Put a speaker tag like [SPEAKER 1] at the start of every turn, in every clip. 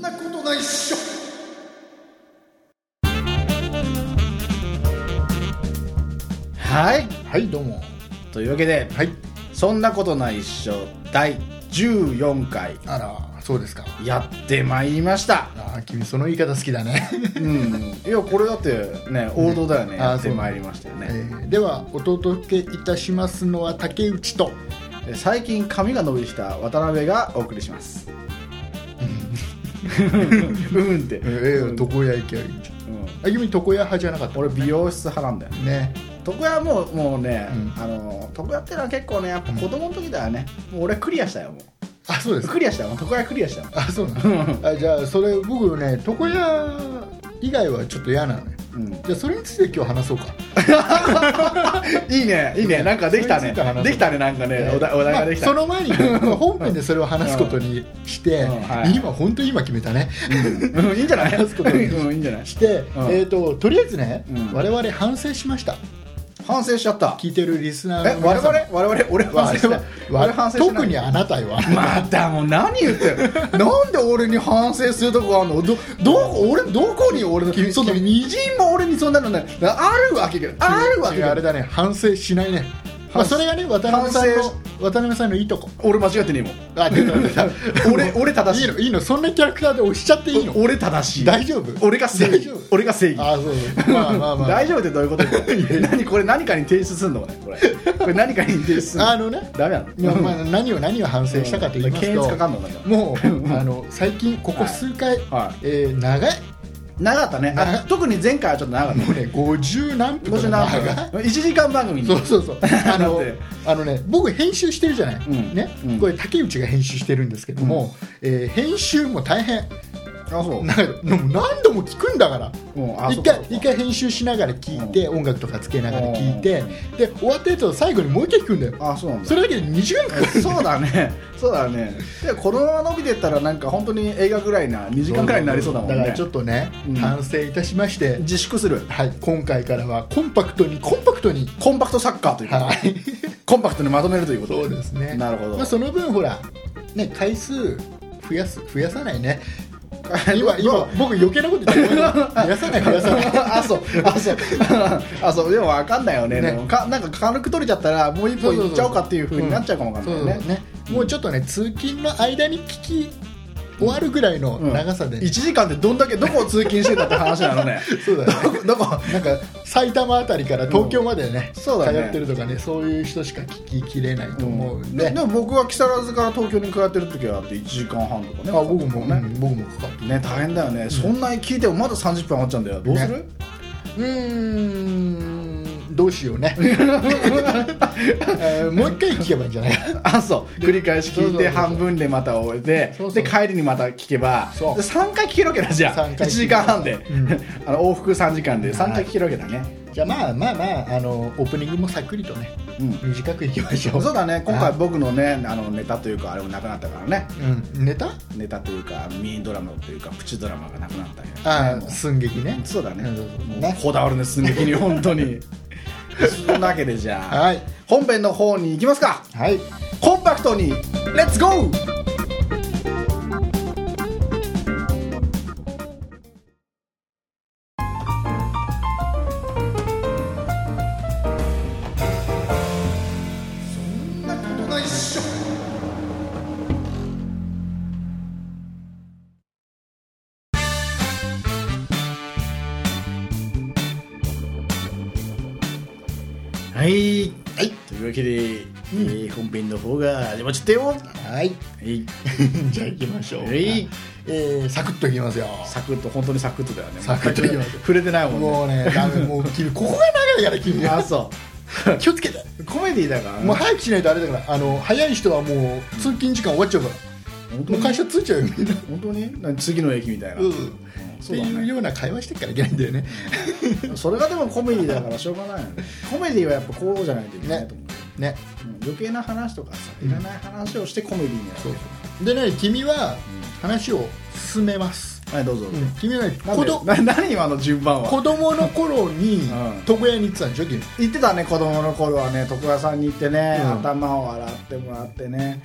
[SPEAKER 1] 一緒はい
[SPEAKER 2] はいどうも
[SPEAKER 1] というわけで
[SPEAKER 2] はい
[SPEAKER 1] そんなことないっしょ第14回
[SPEAKER 2] あらそうですか
[SPEAKER 1] やってまいりました
[SPEAKER 2] あー君その言い方好きだね、
[SPEAKER 1] うんいやこれだってね王道だよね
[SPEAKER 2] うん
[SPEAKER 1] や
[SPEAKER 2] あー
[SPEAKER 1] ってまいりましたよ
[SPEAKER 2] え
[SPEAKER 1] ね、
[SPEAKER 2] ーではお届けいたしますのは竹内と
[SPEAKER 1] え最近髪が伸びてきた渡辺がお送りします うんうんって、
[SPEAKER 2] えー、床屋行きゃいい
[SPEAKER 1] うん
[SPEAKER 2] あ君床屋派じゃなかった
[SPEAKER 1] 俺美容室派なんだよね
[SPEAKER 2] ね
[SPEAKER 1] 床屋はもうもうね、
[SPEAKER 2] うん
[SPEAKER 1] あの床屋ってのは結構ねやっぱ子供の時だよね、もう俺クリアしたよも
[SPEAKER 2] あそうで
[SPEAKER 1] う
[SPEAKER 2] すか
[SPEAKER 1] クリアしたよもう床屋クリアしたよ
[SPEAKER 2] あそうなのあじゃあそれ僕ね床屋以外はちょっと嫌なのよ
[SPEAKER 1] うん
[SPEAKER 2] じゃあそれについて今日話そうか
[SPEAKER 1] いいねいいねなんかできたね
[SPEAKER 2] それについて話そう
[SPEAKER 1] できたねなんかねお題お題ができた、
[SPEAKER 2] まあそ の前にね、本編でそれを話すことにして、
[SPEAKER 1] うんうんはい
[SPEAKER 2] 今本当に今決めたね
[SPEAKER 1] うんいいんじゃない
[SPEAKER 2] 話すことに
[SPEAKER 1] うんいいんじゃない
[SPEAKER 2] して、
[SPEAKER 1] ん
[SPEAKER 2] えー、ととりあえずね、
[SPEAKER 1] うん
[SPEAKER 2] 我々反省しました
[SPEAKER 1] 反省しちゃった
[SPEAKER 2] 聞いてるリスナ
[SPEAKER 1] え
[SPEAKER 2] ーの
[SPEAKER 1] 我
[SPEAKER 2] 皆
[SPEAKER 1] 々
[SPEAKER 2] 様
[SPEAKER 1] 我々俺反省してない
[SPEAKER 2] 我
[SPEAKER 1] 俺
[SPEAKER 2] 々
[SPEAKER 1] 反省してない
[SPEAKER 2] 特にあなたは
[SPEAKER 1] またもう何言ってる なんで俺に反省するとこあんのどどこ俺どこに俺の
[SPEAKER 2] 君
[SPEAKER 1] その
[SPEAKER 2] 君
[SPEAKER 1] みじんも俺にそんなのねあるわけがあるわけ
[SPEAKER 2] 君あ
[SPEAKER 1] が
[SPEAKER 2] れだね反省しないね、ま
[SPEAKER 1] 反
[SPEAKER 2] あ、
[SPEAKER 1] 省
[SPEAKER 2] それがね渡辺さん
[SPEAKER 1] 反
[SPEAKER 2] の渡辺さんのいいとこ
[SPEAKER 1] 俺間違ってねえもん
[SPEAKER 2] あ出た出 た
[SPEAKER 1] 俺俺正し い
[SPEAKER 2] いいのいいのそんなキャラクターで押しちゃっていいの
[SPEAKER 1] 俺正しい
[SPEAKER 2] 大丈夫
[SPEAKER 1] 俺が正
[SPEAKER 2] 大
[SPEAKER 1] 義
[SPEAKER 2] 丈夫
[SPEAKER 1] 俺が正義
[SPEAKER 2] あそうそうまあまあまあ
[SPEAKER 1] 大丈夫ってどういうことこれ何これ何かに提出すんのこれこれこれ何かに提出すんの
[SPEAKER 2] あのね
[SPEAKER 1] ダメなの
[SPEAKER 2] まあまあ何を何を反省したかと言います
[SPEAKER 1] 検閲
[SPEAKER 2] と、
[SPEAKER 1] かかんのなんか
[SPEAKER 2] もうあの最近ここ数回、
[SPEAKER 1] はい
[SPEAKER 2] えー長い
[SPEAKER 1] 長かったね
[SPEAKER 2] 長
[SPEAKER 1] あ
[SPEAKER 2] い
[SPEAKER 1] 特に前回はちょっと長かった
[SPEAKER 2] もうね50何分
[SPEAKER 1] もし何分
[SPEAKER 2] 長い
[SPEAKER 1] 1時間番組に
[SPEAKER 2] そうそうそうあ
[SPEAKER 1] だっ
[SPEAKER 2] の
[SPEAKER 1] て
[SPEAKER 2] あのね僕編集してるじゃない、
[SPEAKER 1] ん
[SPEAKER 2] ね
[SPEAKER 1] うん
[SPEAKER 2] これ竹内が編集してるんですけども、えー編集も大変
[SPEAKER 1] あそう
[SPEAKER 2] なんかもう何度も聞くんだから
[SPEAKER 1] もうあ
[SPEAKER 2] 一回
[SPEAKER 1] そうか
[SPEAKER 2] 一回編集しながら聞いて、音楽とかつけながら聞いて、で終わったやつを最後にもう一回聞くんだよ
[SPEAKER 1] あそうなんだ
[SPEAKER 2] それだけで2時間かかる
[SPEAKER 1] そうだね、そうだね。でこのまま伸びてったらなんか本当に映画ぐらいな2時間ぐらいになりそうだもんね。
[SPEAKER 2] からちょっとね、
[SPEAKER 1] うん
[SPEAKER 2] 反省いたしまして、
[SPEAKER 1] 自粛する。
[SPEAKER 2] はい、今回からはコンパクトにコンパクトに
[SPEAKER 1] コンパクトサッカーというか、
[SPEAKER 2] はい
[SPEAKER 1] コンパクトにまとめるということ。
[SPEAKER 2] そうですね
[SPEAKER 1] なるほど
[SPEAKER 2] まあ、その分ほらね回数増やす増やさな いね今今僕余計なこと言ってる増やさない増やさない
[SPEAKER 1] あそうあそう あそうでも分かんないよね
[SPEAKER 2] ね
[SPEAKER 1] でもかなんか軽く取れちゃったらもう一歩いっちゃおうかっていうふうになっちゃうかもわかんないよね,、
[SPEAKER 2] そうそうねもうちょっとね通勤の間に聞き終わるぐらいの長さで、
[SPEAKER 1] 1時間ってどんだけどこを通勤してたって話な のね
[SPEAKER 2] そう だね
[SPEAKER 1] どこ
[SPEAKER 2] なんか埼玉あたりから東京までね,、
[SPEAKER 1] そうだね
[SPEAKER 2] 通ってるとかねそういう人しか聞ききれないと思うん
[SPEAKER 1] で
[SPEAKER 2] で、
[SPEAKER 1] も僕は木更津から東京に通ってる時はあって1時間半とかね
[SPEAKER 2] あ僕も、
[SPEAKER 1] ね、
[SPEAKER 2] うん僕もかかって
[SPEAKER 1] ね大変だよね、そんなに聞いてもまだ30分余っちゃうんだよどうする、
[SPEAKER 2] うーんどうしよう ね、えーもう一回聞けばいいんじゃない
[SPEAKER 1] あそう繰り返し
[SPEAKER 2] そう
[SPEAKER 1] 聞い
[SPEAKER 2] そうそう
[SPEAKER 1] て
[SPEAKER 2] そう
[SPEAKER 1] 半分でまた終えて
[SPEAKER 2] そうそう
[SPEAKER 1] で帰りにまた聞けば
[SPEAKER 2] そう
[SPEAKER 1] 3回聞けるわけだじゃあ
[SPEAKER 2] 三
[SPEAKER 1] 1
[SPEAKER 2] 回聞ける
[SPEAKER 1] 時間半で、
[SPEAKER 2] うん
[SPEAKER 1] あの往復3時間で3回聞けるわけだね、
[SPEAKER 2] じゃあまあまあまああのオープニングもさっくりとね
[SPEAKER 1] うん
[SPEAKER 2] 短くいきましょう
[SPEAKER 1] そうだね今
[SPEAKER 2] は
[SPEAKER 1] 回
[SPEAKER 2] い
[SPEAKER 1] 僕のねあのネタというかあれもなくなったからね
[SPEAKER 2] うん、ネタ
[SPEAKER 1] ネタというかミニドラマというかプチドラマがなくなったけど
[SPEAKER 2] ああ寸劇ね
[SPEAKER 1] そうだね
[SPEAKER 2] うんそうそう
[SPEAKER 1] もう
[SPEAKER 2] ね
[SPEAKER 1] こだわるね寸劇 に本当にそんなわけでじゃあ
[SPEAKER 2] はい
[SPEAKER 1] 本編の方に行きますか
[SPEAKER 2] はい
[SPEAKER 1] コンパクトにレッツゴーはい、はい、というわけで、えー本編の方が始まっちゃったよ。は
[SPEAKER 2] はい
[SPEAKER 1] い、
[SPEAKER 2] じゃあいきましょう
[SPEAKER 1] はい
[SPEAKER 2] えーサクッといきますよ
[SPEAKER 1] サクッと本当にサクッとだよね。
[SPEAKER 2] サクッといきます
[SPEAKER 1] 触れてないもんね。
[SPEAKER 2] もうねダメもう君ここが長いから君
[SPEAKER 1] あ、そ
[SPEAKER 2] 気をつけて
[SPEAKER 1] う。 コメディだからね。
[SPEAKER 2] もう早くしないとあれだからあの早い人はもう通勤時間終わっちゃうから
[SPEAKER 1] 本当
[SPEAKER 2] もう
[SPEAKER 1] に
[SPEAKER 2] 会社着いちゃうよみんな
[SPEAKER 1] 本当に何次の駅みたいな。
[SPEAKER 2] うんって
[SPEAKER 1] そうだね
[SPEAKER 2] いうような会話してっからいけないんだよね
[SPEAKER 1] それがでもコメディだからしょうがないよね。コメディはやっぱこうじゃないといけないと思う。
[SPEAKER 2] ね
[SPEAKER 1] うん余計な話とかさ、いらない話をしてコメディになる。
[SPEAKER 2] でね君は話を進めます、
[SPEAKER 1] はい、どうぞ。
[SPEAKER 2] 君はね
[SPEAKER 1] なん
[SPEAKER 2] 子
[SPEAKER 1] で
[SPEAKER 2] ど
[SPEAKER 1] な 何今の順番は
[SPEAKER 2] 子供の頃に
[SPEAKER 1] うん
[SPEAKER 2] 床屋に行ってたんでしょ君
[SPEAKER 1] 行ってたね子供の頃はね床屋さんに行ってね、
[SPEAKER 2] うん
[SPEAKER 1] 頭を洗ってもらってね、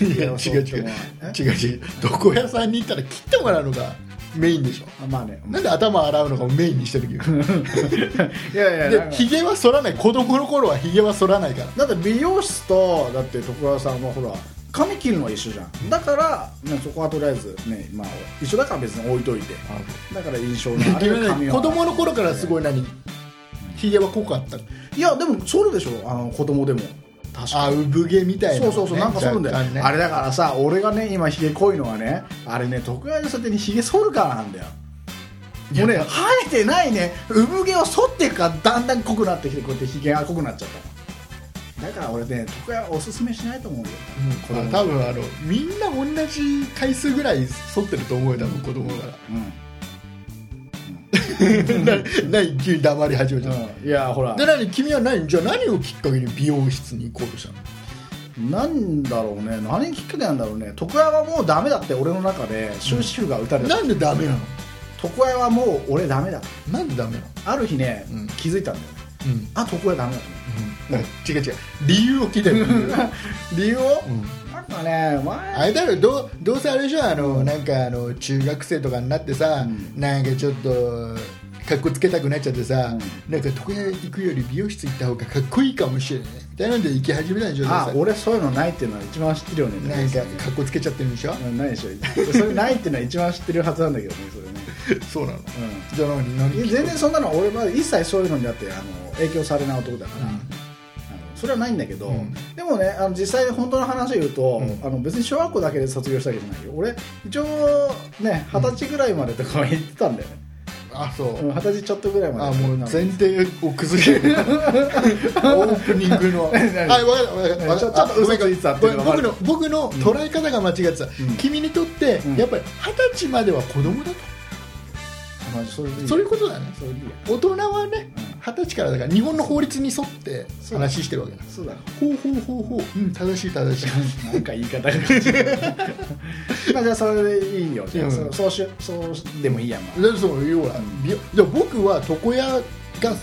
[SPEAKER 2] いや違う違う違う違う床屋さんに行ったら切ってもらうのがメインでしょ
[SPEAKER 1] あまあね
[SPEAKER 2] なんで頭洗うのがメインにして るけど
[SPEAKER 1] いやいやなん
[SPEAKER 2] で
[SPEAKER 1] か
[SPEAKER 2] ひげは剃らない子供の頃はひげは剃らないから
[SPEAKER 1] だって美容室とだって徳川さんはほら髪切るのは一緒じゃんだから、ね、そこはとりあえず、ねまあ、一緒だから別に置いといてだから印象のあ
[SPEAKER 2] で
[SPEAKER 1] る
[SPEAKER 2] もね
[SPEAKER 1] 髪は
[SPEAKER 2] 子供の頃からすごい何ひげは濃かった
[SPEAKER 1] いやでも剃るでしょあの子供でも確か
[SPEAKER 2] あ産毛みたいな
[SPEAKER 1] そ
[SPEAKER 2] の
[SPEAKER 1] うそ
[SPEAKER 2] ね
[SPEAKER 1] うそう、なんか剃るんだよ、
[SPEAKER 2] 若干ね
[SPEAKER 1] あれだからさ俺がね今ひげ濃いのはねあれね徳川のさてにひげ剃るからなんだよ
[SPEAKER 2] いや
[SPEAKER 1] もうね生えてないね産毛を剃っていくからだんだん濃くなってきてこうやってひげが濃くなっちゃっただから俺ね徳川おすすめしないと思うんだよ
[SPEAKER 2] うんあ多分あのみんな同じ回数ぐらい剃ってると思うよ多分子供から
[SPEAKER 1] うん
[SPEAKER 2] な何急に黙り始めちゃった、
[SPEAKER 1] うんいやほら
[SPEAKER 2] で何君は何じゃあ何をきっかけに美容室に行こうとしたの
[SPEAKER 1] なんだろうね何きっかけなんだろうね徳川はもうダメだって俺の中で終止符が打たれた、
[SPEAKER 2] なんでダメなの
[SPEAKER 1] 徳川はもう俺ダメだ
[SPEAKER 2] なんでダメなの、
[SPEAKER 1] ある日ね、
[SPEAKER 2] うん
[SPEAKER 1] 気づいたんだよね
[SPEAKER 2] うん
[SPEAKER 1] あ徳川ダメだと
[SPEAKER 2] うん違う違う理由を聞いてる、うん
[SPEAKER 1] 思う理由を、なんかね前
[SPEAKER 2] あれだろどうどうせあれでしょあの、なんかあの中学生とかになってさ、
[SPEAKER 1] うん
[SPEAKER 2] なんかちょっとかっこつけたくなっちゃってさ、
[SPEAKER 1] う
[SPEAKER 2] なんか床屋行くより美容室行った方がかっこいいかもしれないみたいなんで行き始めたんでしょ
[SPEAKER 1] あ
[SPEAKER 2] どう
[SPEAKER 1] 俺そういうのないっていうのは一番知ってるよ
[SPEAKER 2] せ
[SPEAKER 1] ね
[SPEAKER 2] なんかかっこつけちゃってるんでしょ、
[SPEAKER 1] うんないでしょそれないっていうのは一番知ってるはずなんだけどねそれね
[SPEAKER 2] そうなの、じゃあ何
[SPEAKER 1] うんいや
[SPEAKER 2] 何
[SPEAKER 1] 全然そんなの俺は一切そういうのにだってあの影響されない男だから、
[SPEAKER 2] うん
[SPEAKER 1] あのそれはないんだけど、
[SPEAKER 2] うん
[SPEAKER 1] でもねあの実際本当の話を言うと、
[SPEAKER 2] うん
[SPEAKER 1] あの別に小学校だけで卒業したわけじゃないよ俺一応ね二十歳ぐらいまでとかは行ってたんだよね
[SPEAKER 2] あそう、
[SPEAKER 1] うん二十、歳ちょっとぐらいまで
[SPEAKER 2] あもう
[SPEAKER 1] なの
[SPEAKER 2] 前提を崩れるオープニング のはい
[SPEAKER 1] 何
[SPEAKER 2] 分かった分かった
[SPEAKER 1] ちょちょっと嘘ついてたっていうのが
[SPEAKER 2] 僕の僕の捉え方が間違ってた、
[SPEAKER 1] ん
[SPEAKER 2] 君にとって、
[SPEAKER 1] うん
[SPEAKER 2] やっぱり二十歳までは子供だと、
[SPEAKER 1] あまあそれでいい
[SPEAKER 2] そういうことだね
[SPEAKER 1] それでいいや
[SPEAKER 2] 大人はね
[SPEAKER 1] うん
[SPEAKER 2] 二十歳からだから日本の法律に沿って
[SPEAKER 1] そう
[SPEAKER 2] 話してるわけだ
[SPEAKER 1] そうだ
[SPEAKER 2] ほうほうほうほううん正しい正しい
[SPEAKER 1] なんか言い方がまあじゃあそれでいいよじゃあ、
[SPEAKER 2] うん
[SPEAKER 1] そうそうしようそうしでもいいやまあ
[SPEAKER 2] でそう要は美容じゃあ僕は床屋が
[SPEAKER 1] っ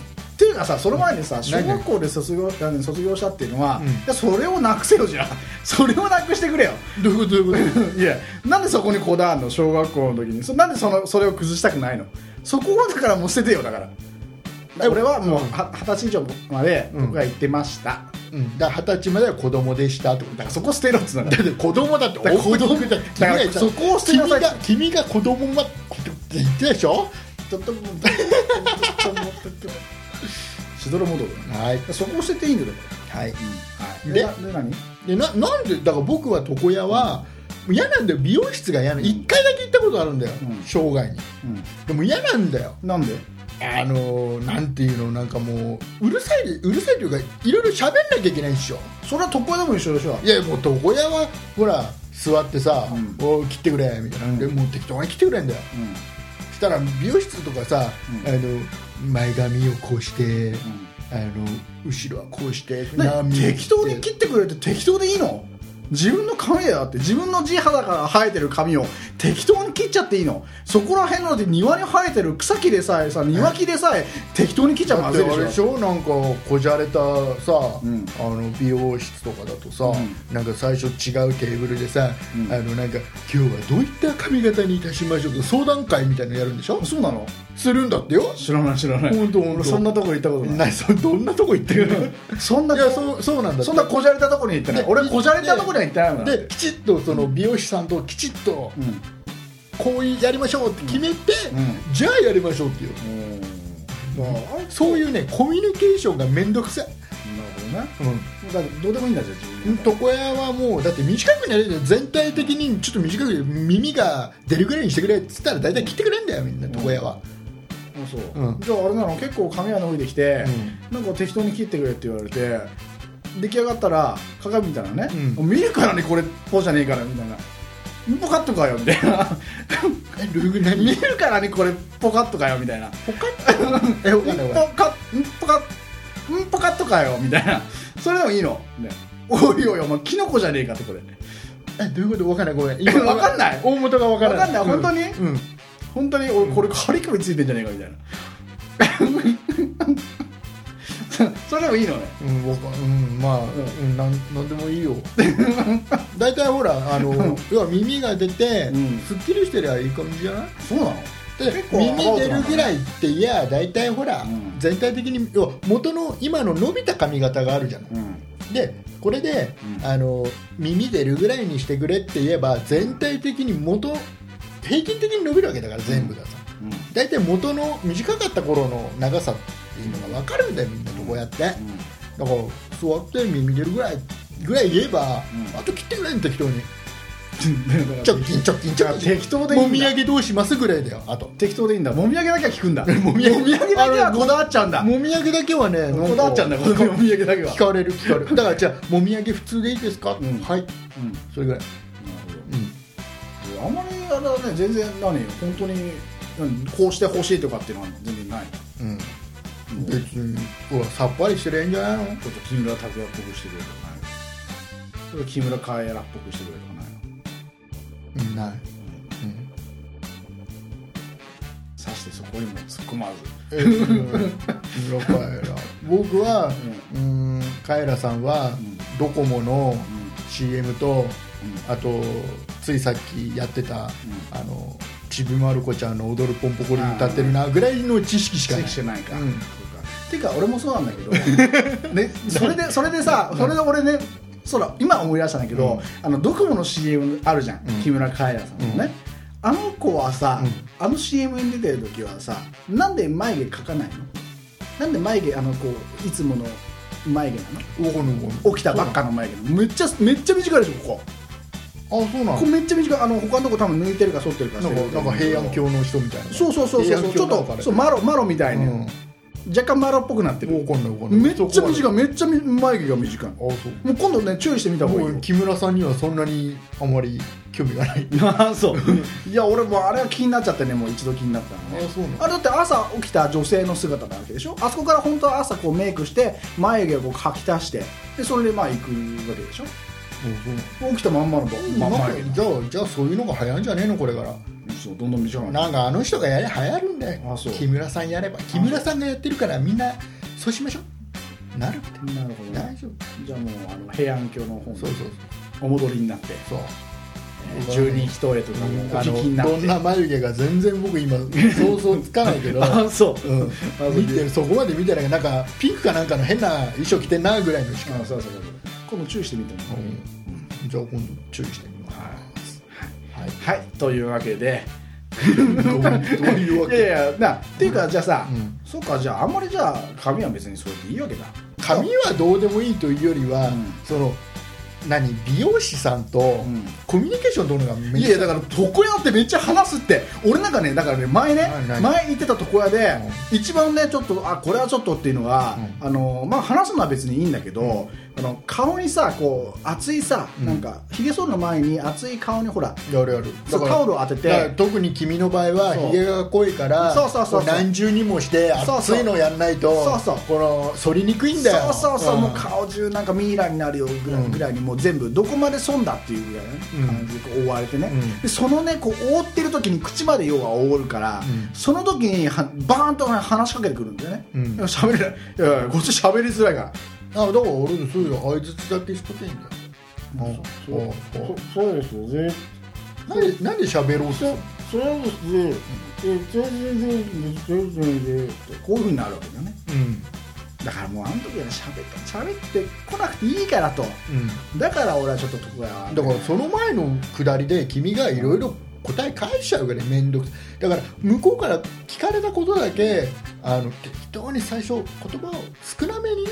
[SPEAKER 1] ていうかさその前にさ小
[SPEAKER 2] 何
[SPEAKER 1] 学校で卒業あの卒業したっていうのは、
[SPEAKER 2] うん
[SPEAKER 1] いやそれをなくせよじゃあ それをなくしてくれよ
[SPEAKER 2] どういうことどういうこ
[SPEAKER 1] いやなんでそこにこだわるの小学校の時にそなんでそのそれを崩したくないのそこはだからもう捨ててよだから
[SPEAKER 2] え
[SPEAKER 1] 俺はもう
[SPEAKER 2] うん
[SPEAKER 1] は二十歳以上まで
[SPEAKER 2] うん
[SPEAKER 1] 僕は行ってました、
[SPEAKER 2] と、うん、だから二十歳までは子供でしたってことだ
[SPEAKER 1] だからそこ捨てろっつうのだ
[SPEAKER 2] だって子供だって
[SPEAKER 1] だから
[SPEAKER 2] 子供だって
[SPEAKER 1] だからそこを捨てなさい
[SPEAKER 2] 君が君が子供まって言ってたでしょ
[SPEAKER 1] ちょっともうちょっともうちょっともう しどろもどろだね
[SPEAKER 2] はい
[SPEAKER 1] そこを捨てていいんだよだか
[SPEAKER 2] はい
[SPEAKER 1] ら、
[SPEAKER 2] で
[SPEAKER 1] でなで何
[SPEAKER 2] でななんでだから僕は床屋は嫌なんだよ美容室が嫌なの一回だけ行ったことあるんだよ、
[SPEAKER 1] うん
[SPEAKER 2] 生涯に
[SPEAKER 1] う
[SPEAKER 2] でも嫌なんだよ
[SPEAKER 1] んなんで
[SPEAKER 2] あのーなんていうのなんかもううるさいうるさいというかいろいろ喋んなきゃいけないでしょ
[SPEAKER 1] それは床屋でも一緒でしょ
[SPEAKER 2] いやもう床屋はほら座ってさ
[SPEAKER 1] うん
[SPEAKER 2] 「おう切ってくれ」みたいな、
[SPEAKER 1] うん
[SPEAKER 2] でもう適当に切ってくれんだよ
[SPEAKER 1] うん
[SPEAKER 2] したら美容室とかさ、
[SPEAKER 1] うん
[SPEAKER 2] あの前髪をこうして、あの後ろはこうして
[SPEAKER 1] ね、適当に
[SPEAKER 2] 切
[SPEAKER 1] 切ってくれて適当でいいの自分の髪だよだって自分の地肌から生えてる髪を適当に切っちゃっていいのそこら辺ので庭に生えてる草木でさえさ庭木でさえ適当に切っちゃ
[SPEAKER 2] だ
[SPEAKER 1] ま
[SPEAKER 2] っ
[SPEAKER 1] ず
[SPEAKER 2] て
[SPEAKER 1] いで
[SPEAKER 2] あれで
[SPEAKER 1] し
[SPEAKER 2] し
[SPEAKER 1] ょ
[SPEAKER 2] ょなんかこじゃれたさ、
[SPEAKER 1] うん
[SPEAKER 2] あの美容室とかだとさ、
[SPEAKER 1] う
[SPEAKER 2] なんか最初違うテーブルでさ、
[SPEAKER 1] うん
[SPEAKER 2] あのなんか今日はどういった髪型にいたしましょうと相談会みたいなのやるんでしょ
[SPEAKER 1] そうなの
[SPEAKER 2] するんだってよ
[SPEAKER 1] 知らない知らない
[SPEAKER 2] ほんとほんと
[SPEAKER 1] 俺そんなとこ行ったことない
[SPEAKER 2] なそどんなとこ行ってるのい
[SPEAKER 1] そんな
[SPEAKER 2] やそうそうなんだって
[SPEAKER 1] そんなこじゃれたとこには行ってない
[SPEAKER 2] で
[SPEAKER 1] 俺こじゃれたとこには行ってないもん
[SPEAKER 2] できちっとその美容師さんときちっと
[SPEAKER 1] うん
[SPEAKER 2] こうやりましょうって決めて、
[SPEAKER 1] う
[SPEAKER 2] じゃあやりましょうっていうそういうねコミュニケーションが面倒くさい、
[SPEAKER 1] なるほどね
[SPEAKER 2] うん
[SPEAKER 1] だってどうでもいいんだじゃあ自分の
[SPEAKER 2] 床屋はもうだって短くなれるよ全体的にちょっと短く耳が出るぐらいにしてくれっつったら大体切ってくれんだよみんな床屋は、
[SPEAKER 1] あそう、
[SPEAKER 2] うん
[SPEAKER 1] じゃああれなの結構髪は伸びてきて、なんか適当に切ってくれって言われて出来上がったら鏡みたいなね、
[SPEAKER 2] うん
[SPEAKER 1] 見るからねこれこうじゃねえからみたいなポカッとかよみたいな
[SPEAKER 2] えルーグ何
[SPEAKER 1] 見るからねこれポカッとかよみたいな
[SPEAKER 2] ポカッとえ
[SPEAKER 1] ん
[SPEAKER 2] わ
[SPEAKER 1] ポ
[SPEAKER 2] かんないわかんない
[SPEAKER 1] カッんポカッんポカッとかよみたいなそれでもいいの、ね、おいおいお前キノコじゃねえかってこれ
[SPEAKER 2] えどういうことわかんないごめん
[SPEAKER 1] わかんない
[SPEAKER 2] 大元がわからない
[SPEAKER 1] わかんない本
[SPEAKER 2] うん、うん
[SPEAKER 1] 本当に俺これカリカリついてんじゃねえかみたいな それでもいいのね
[SPEAKER 2] うん、僕はうん、まあ、うん、なん、なんでもいいよ。 大体ほら、あの、要は耳が出て、
[SPEAKER 1] うん
[SPEAKER 2] すっきりしてりゃいい感じじゃない。
[SPEAKER 1] そうなの
[SPEAKER 2] で
[SPEAKER 1] 結構
[SPEAKER 2] 耳出るぐらいっていや大体ほら、
[SPEAKER 1] うん
[SPEAKER 2] 全体的に要は元の今の伸びた髪型があるじゃない、
[SPEAKER 1] うん
[SPEAKER 2] でこれで、
[SPEAKER 1] うん
[SPEAKER 2] あの耳出るぐらいにしてくれって言えば全体的に元平均的に伸びるわけだから全部がさ、
[SPEAKER 1] うん
[SPEAKER 2] 大体元の短かった頃の長さっていうのが分かるんだよみんなどこやって、だから座って耳出るぐらいぐらい言えば、
[SPEAKER 1] うん
[SPEAKER 2] あと切ってくれん適当に
[SPEAKER 1] うん
[SPEAKER 2] ちょっきんちょっきんちょっきん
[SPEAKER 1] 適当でいい
[SPEAKER 2] も
[SPEAKER 1] ん
[SPEAKER 2] みあ
[SPEAKER 1] だ
[SPEAKER 2] げどうしますぐらいだよあと
[SPEAKER 1] 適当でいいんだもみあげだけは聞くんだ も
[SPEAKER 2] みあげ
[SPEAKER 1] だけはこだわっちゃうんだ
[SPEAKER 2] もみあげだけはね
[SPEAKER 1] こだわっちゃうんだこ
[SPEAKER 2] こ
[SPEAKER 1] のもみあげだけは
[SPEAKER 2] 聞かれる聞かれるだからじゃあもみあげ普通でいいですか、
[SPEAKER 1] うん
[SPEAKER 2] はい
[SPEAKER 1] うんな
[SPEAKER 2] それぐらい、
[SPEAKER 1] るほど
[SPEAKER 2] う
[SPEAKER 1] あんまりあれだね全然何本当に何こうしてほしいとかっていうのは全然ない
[SPEAKER 2] んうん、
[SPEAKER 1] もうちょっ
[SPEAKER 2] 別にほらさっぱりしてりゃいいんじゃないの
[SPEAKER 1] と木村拓哉っぽくしてくれとかないちょっと木村カエラっぽくしてくれとかないの
[SPEAKER 2] うんない、
[SPEAKER 1] さしてそこにも突っ込まず
[SPEAKER 2] うん、カエラ僕はうんカエラさんは、
[SPEAKER 1] ん
[SPEAKER 2] ドコモの CM と、
[SPEAKER 1] ん
[SPEAKER 2] あとついさっきやってた、あのちびまる子ちゃんの「踊るポンポコリン」歌ってるなぐらいの知識しかない
[SPEAKER 1] 知識ないか、
[SPEAKER 2] うん
[SPEAKER 1] そうかていうか俺もそうなんだけ ど、ね、それでそれでさそれで俺ねそうだ今思い出したんだけど、
[SPEAKER 2] うん
[SPEAKER 1] あのドコモの CM あるじゃん、
[SPEAKER 2] うん
[SPEAKER 1] 木村カエラさんのね、あの子はさ、あの CM に出てる時はさなんで眉毛描かないのなんで眉毛あのこういつもの眉毛な
[SPEAKER 2] わかんないわかんない
[SPEAKER 1] の起きたばっかの眉毛めっちゃめっちゃ短いでしょここ
[SPEAKER 2] あそうな
[SPEAKER 1] ここ
[SPEAKER 2] の
[SPEAKER 1] めっちゃ短いあの他のとこ多分抜いてるか剃ってるかし
[SPEAKER 2] な
[SPEAKER 1] て
[SPEAKER 2] ん
[SPEAKER 1] る
[SPEAKER 2] かなんか平安京の人みたいな
[SPEAKER 1] そうそうそうそうちょっとそうマロマロみたい
[SPEAKER 2] い
[SPEAKER 1] ね、若干マロっぽくなってる
[SPEAKER 2] わかんないわかんない
[SPEAKER 1] めっちゃ
[SPEAKER 2] そこ
[SPEAKER 1] 短いめっちゃ眉毛が短いも
[SPEAKER 2] まであそう
[SPEAKER 1] う今度ね注意してみた方がいい
[SPEAKER 2] も
[SPEAKER 1] よ
[SPEAKER 2] う木村さんにはそんなにあまり興味がない
[SPEAKER 1] ああ そういや俺もうあれは気になっちゃってねもう一度気になったのね
[SPEAKER 2] あそうなの
[SPEAKER 1] あれだって朝起きた女性の姿なわけでしょあそこから本当は朝こうメイクして眉毛をこう描き足してでそれでまあ行くわけでしょ起きたまんまのま
[SPEAKER 2] まあ
[SPEAKER 1] んま
[SPEAKER 2] まあ
[SPEAKER 1] 眉毛
[SPEAKER 2] じゃあじゃあそういうのが流行んじゃねえのこれから
[SPEAKER 1] そうどんどん短くなる
[SPEAKER 2] なんかあの人がやれ流行るんだよ
[SPEAKER 1] あそう
[SPEAKER 2] 木村さんやれば木村さんがやってるからみんなそうしましょうなるって
[SPEAKER 1] なるほど
[SPEAKER 2] 大
[SPEAKER 1] ね
[SPEAKER 2] 丈夫
[SPEAKER 1] じゃあもうあの平安京の方に
[SPEAKER 2] そうそう
[SPEAKER 1] お戻りになって
[SPEAKER 2] そう
[SPEAKER 1] えー十人一重とかもお聞
[SPEAKER 2] あ
[SPEAKER 1] きにな
[SPEAKER 2] の
[SPEAKER 1] っ
[SPEAKER 2] どんな
[SPEAKER 1] て
[SPEAKER 2] 眉毛が全然僕今想像つかないけ ど
[SPEAKER 1] あそう
[SPEAKER 2] うん
[SPEAKER 1] あそう
[SPEAKER 2] 見てるそこまで見てないなんかピンクかなんかの変な衣装着てんなぐらいのしか
[SPEAKER 1] あそうそうそう今度注意してみても
[SPEAKER 2] うんじゃあ今度注意してみますはい、
[SPEAKER 1] はいというわけで
[SPEAKER 2] どうどういうわ
[SPEAKER 1] いやい
[SPEAKER 2] け
[SPEAKER 1] やなっていうかじゃあさ、
[SPEAKER 2] うん
[SPEAKER 1] そっかじゃああんまりじゃあ髪は別にそれでいいわけだ
[SPEAKER 2] 髪はどうでもいいというよりは、
[SPEAKER 1] うん
[SPEAKER 2] その何美容師さんと
[SPEAKER 1] ん
[SPEAKER 2] コミュニケーション取るのがめ
[SPEAKER 1] い
[SPEAKER 2] っ
[SPEAKER 1] や
[SPEAKER 2] ちゃ
[SPEAKER 1] いやだから床屋ってめっちゃ話すって俺なんかねだからね前ね
[SPEAKER 2] 何何
[SPEAKER 1] 前行ってた床屋で一番ねちょっとあこれはちょっとっていうのは、
[SPEAKER 2] う
[SPEAKER 1] あのまあ話すのは別にいいんだけど、あの顔にさこう熱いさ、
[SPEAKER 2] うん
[SPEAKER 1] なんかひげ剃るの前に熱い顔にほら
[SPEAKER 2] やるやる
[SPEAKER 1] そうタオルを当てて
[SPEAKER 2] だから特に君の場合は
[SPEAKER 1] そう
[SPEAKER 2] ひげが濃いから
[SPEAKER 1] そうそうそうそう
[SPEAKER 2] こ何重にもして
[SPEAKER 1] そうそう
[SPEAKER 2] 熱いのやんないと
[SPEAKER 1] そうそう
[SPEAKER 2] この反りにくいんだよ
[SPEAKER 1] そうそうそう、
[SPEAKER 2] ん
[SPEAKER 1] もう顔中なんかミイラになるよぐらい,、
[SPEAKER 2] うん
[SPEAKER 1] ぐらいにもう全部どこまで損だっていうぐらいのね
[SPEAKER 2] うん
[SPEAKER 1] 感じでこう覆われてね、
[SPEAKER 2] うん
[SPEAKER 1] でそのねこう覆ってる時に口まで要は覆るから、
[SPEAKER 2] うん
[SPEAKER 1] その時にはバーンと話しかけてくるんだよね、
[SPEAKER 2] うん
[SPEAKER 1] 喋れないいやいやこっち喋りづらいから
[SPEAKER 2] あだから俺そういう相づちだけしとけんだよそうそう
[SPEAKER 3] そうですよね。
[SPEAKER 2] なんでなんで喋ろうと
[SPEAKER 3] それはですね、えー、全然全然全然
[SPEAKER 1] こういうふうになるわけだよね
[SPEAKER 2] うん
[SPEAKER 1] だからもうあの時は喋った喋ってこなくていいからと
[SPEAKER 2] うん
[SPEAKER 1] だから俺はちょっと床屋はね
[SPEAKER 2] だからその前のくだりで君がいろいろ答え返しちゃうぐらい面倒くさいだから向こうから聞かれたことだけあの適当に最初言葉を少なめにね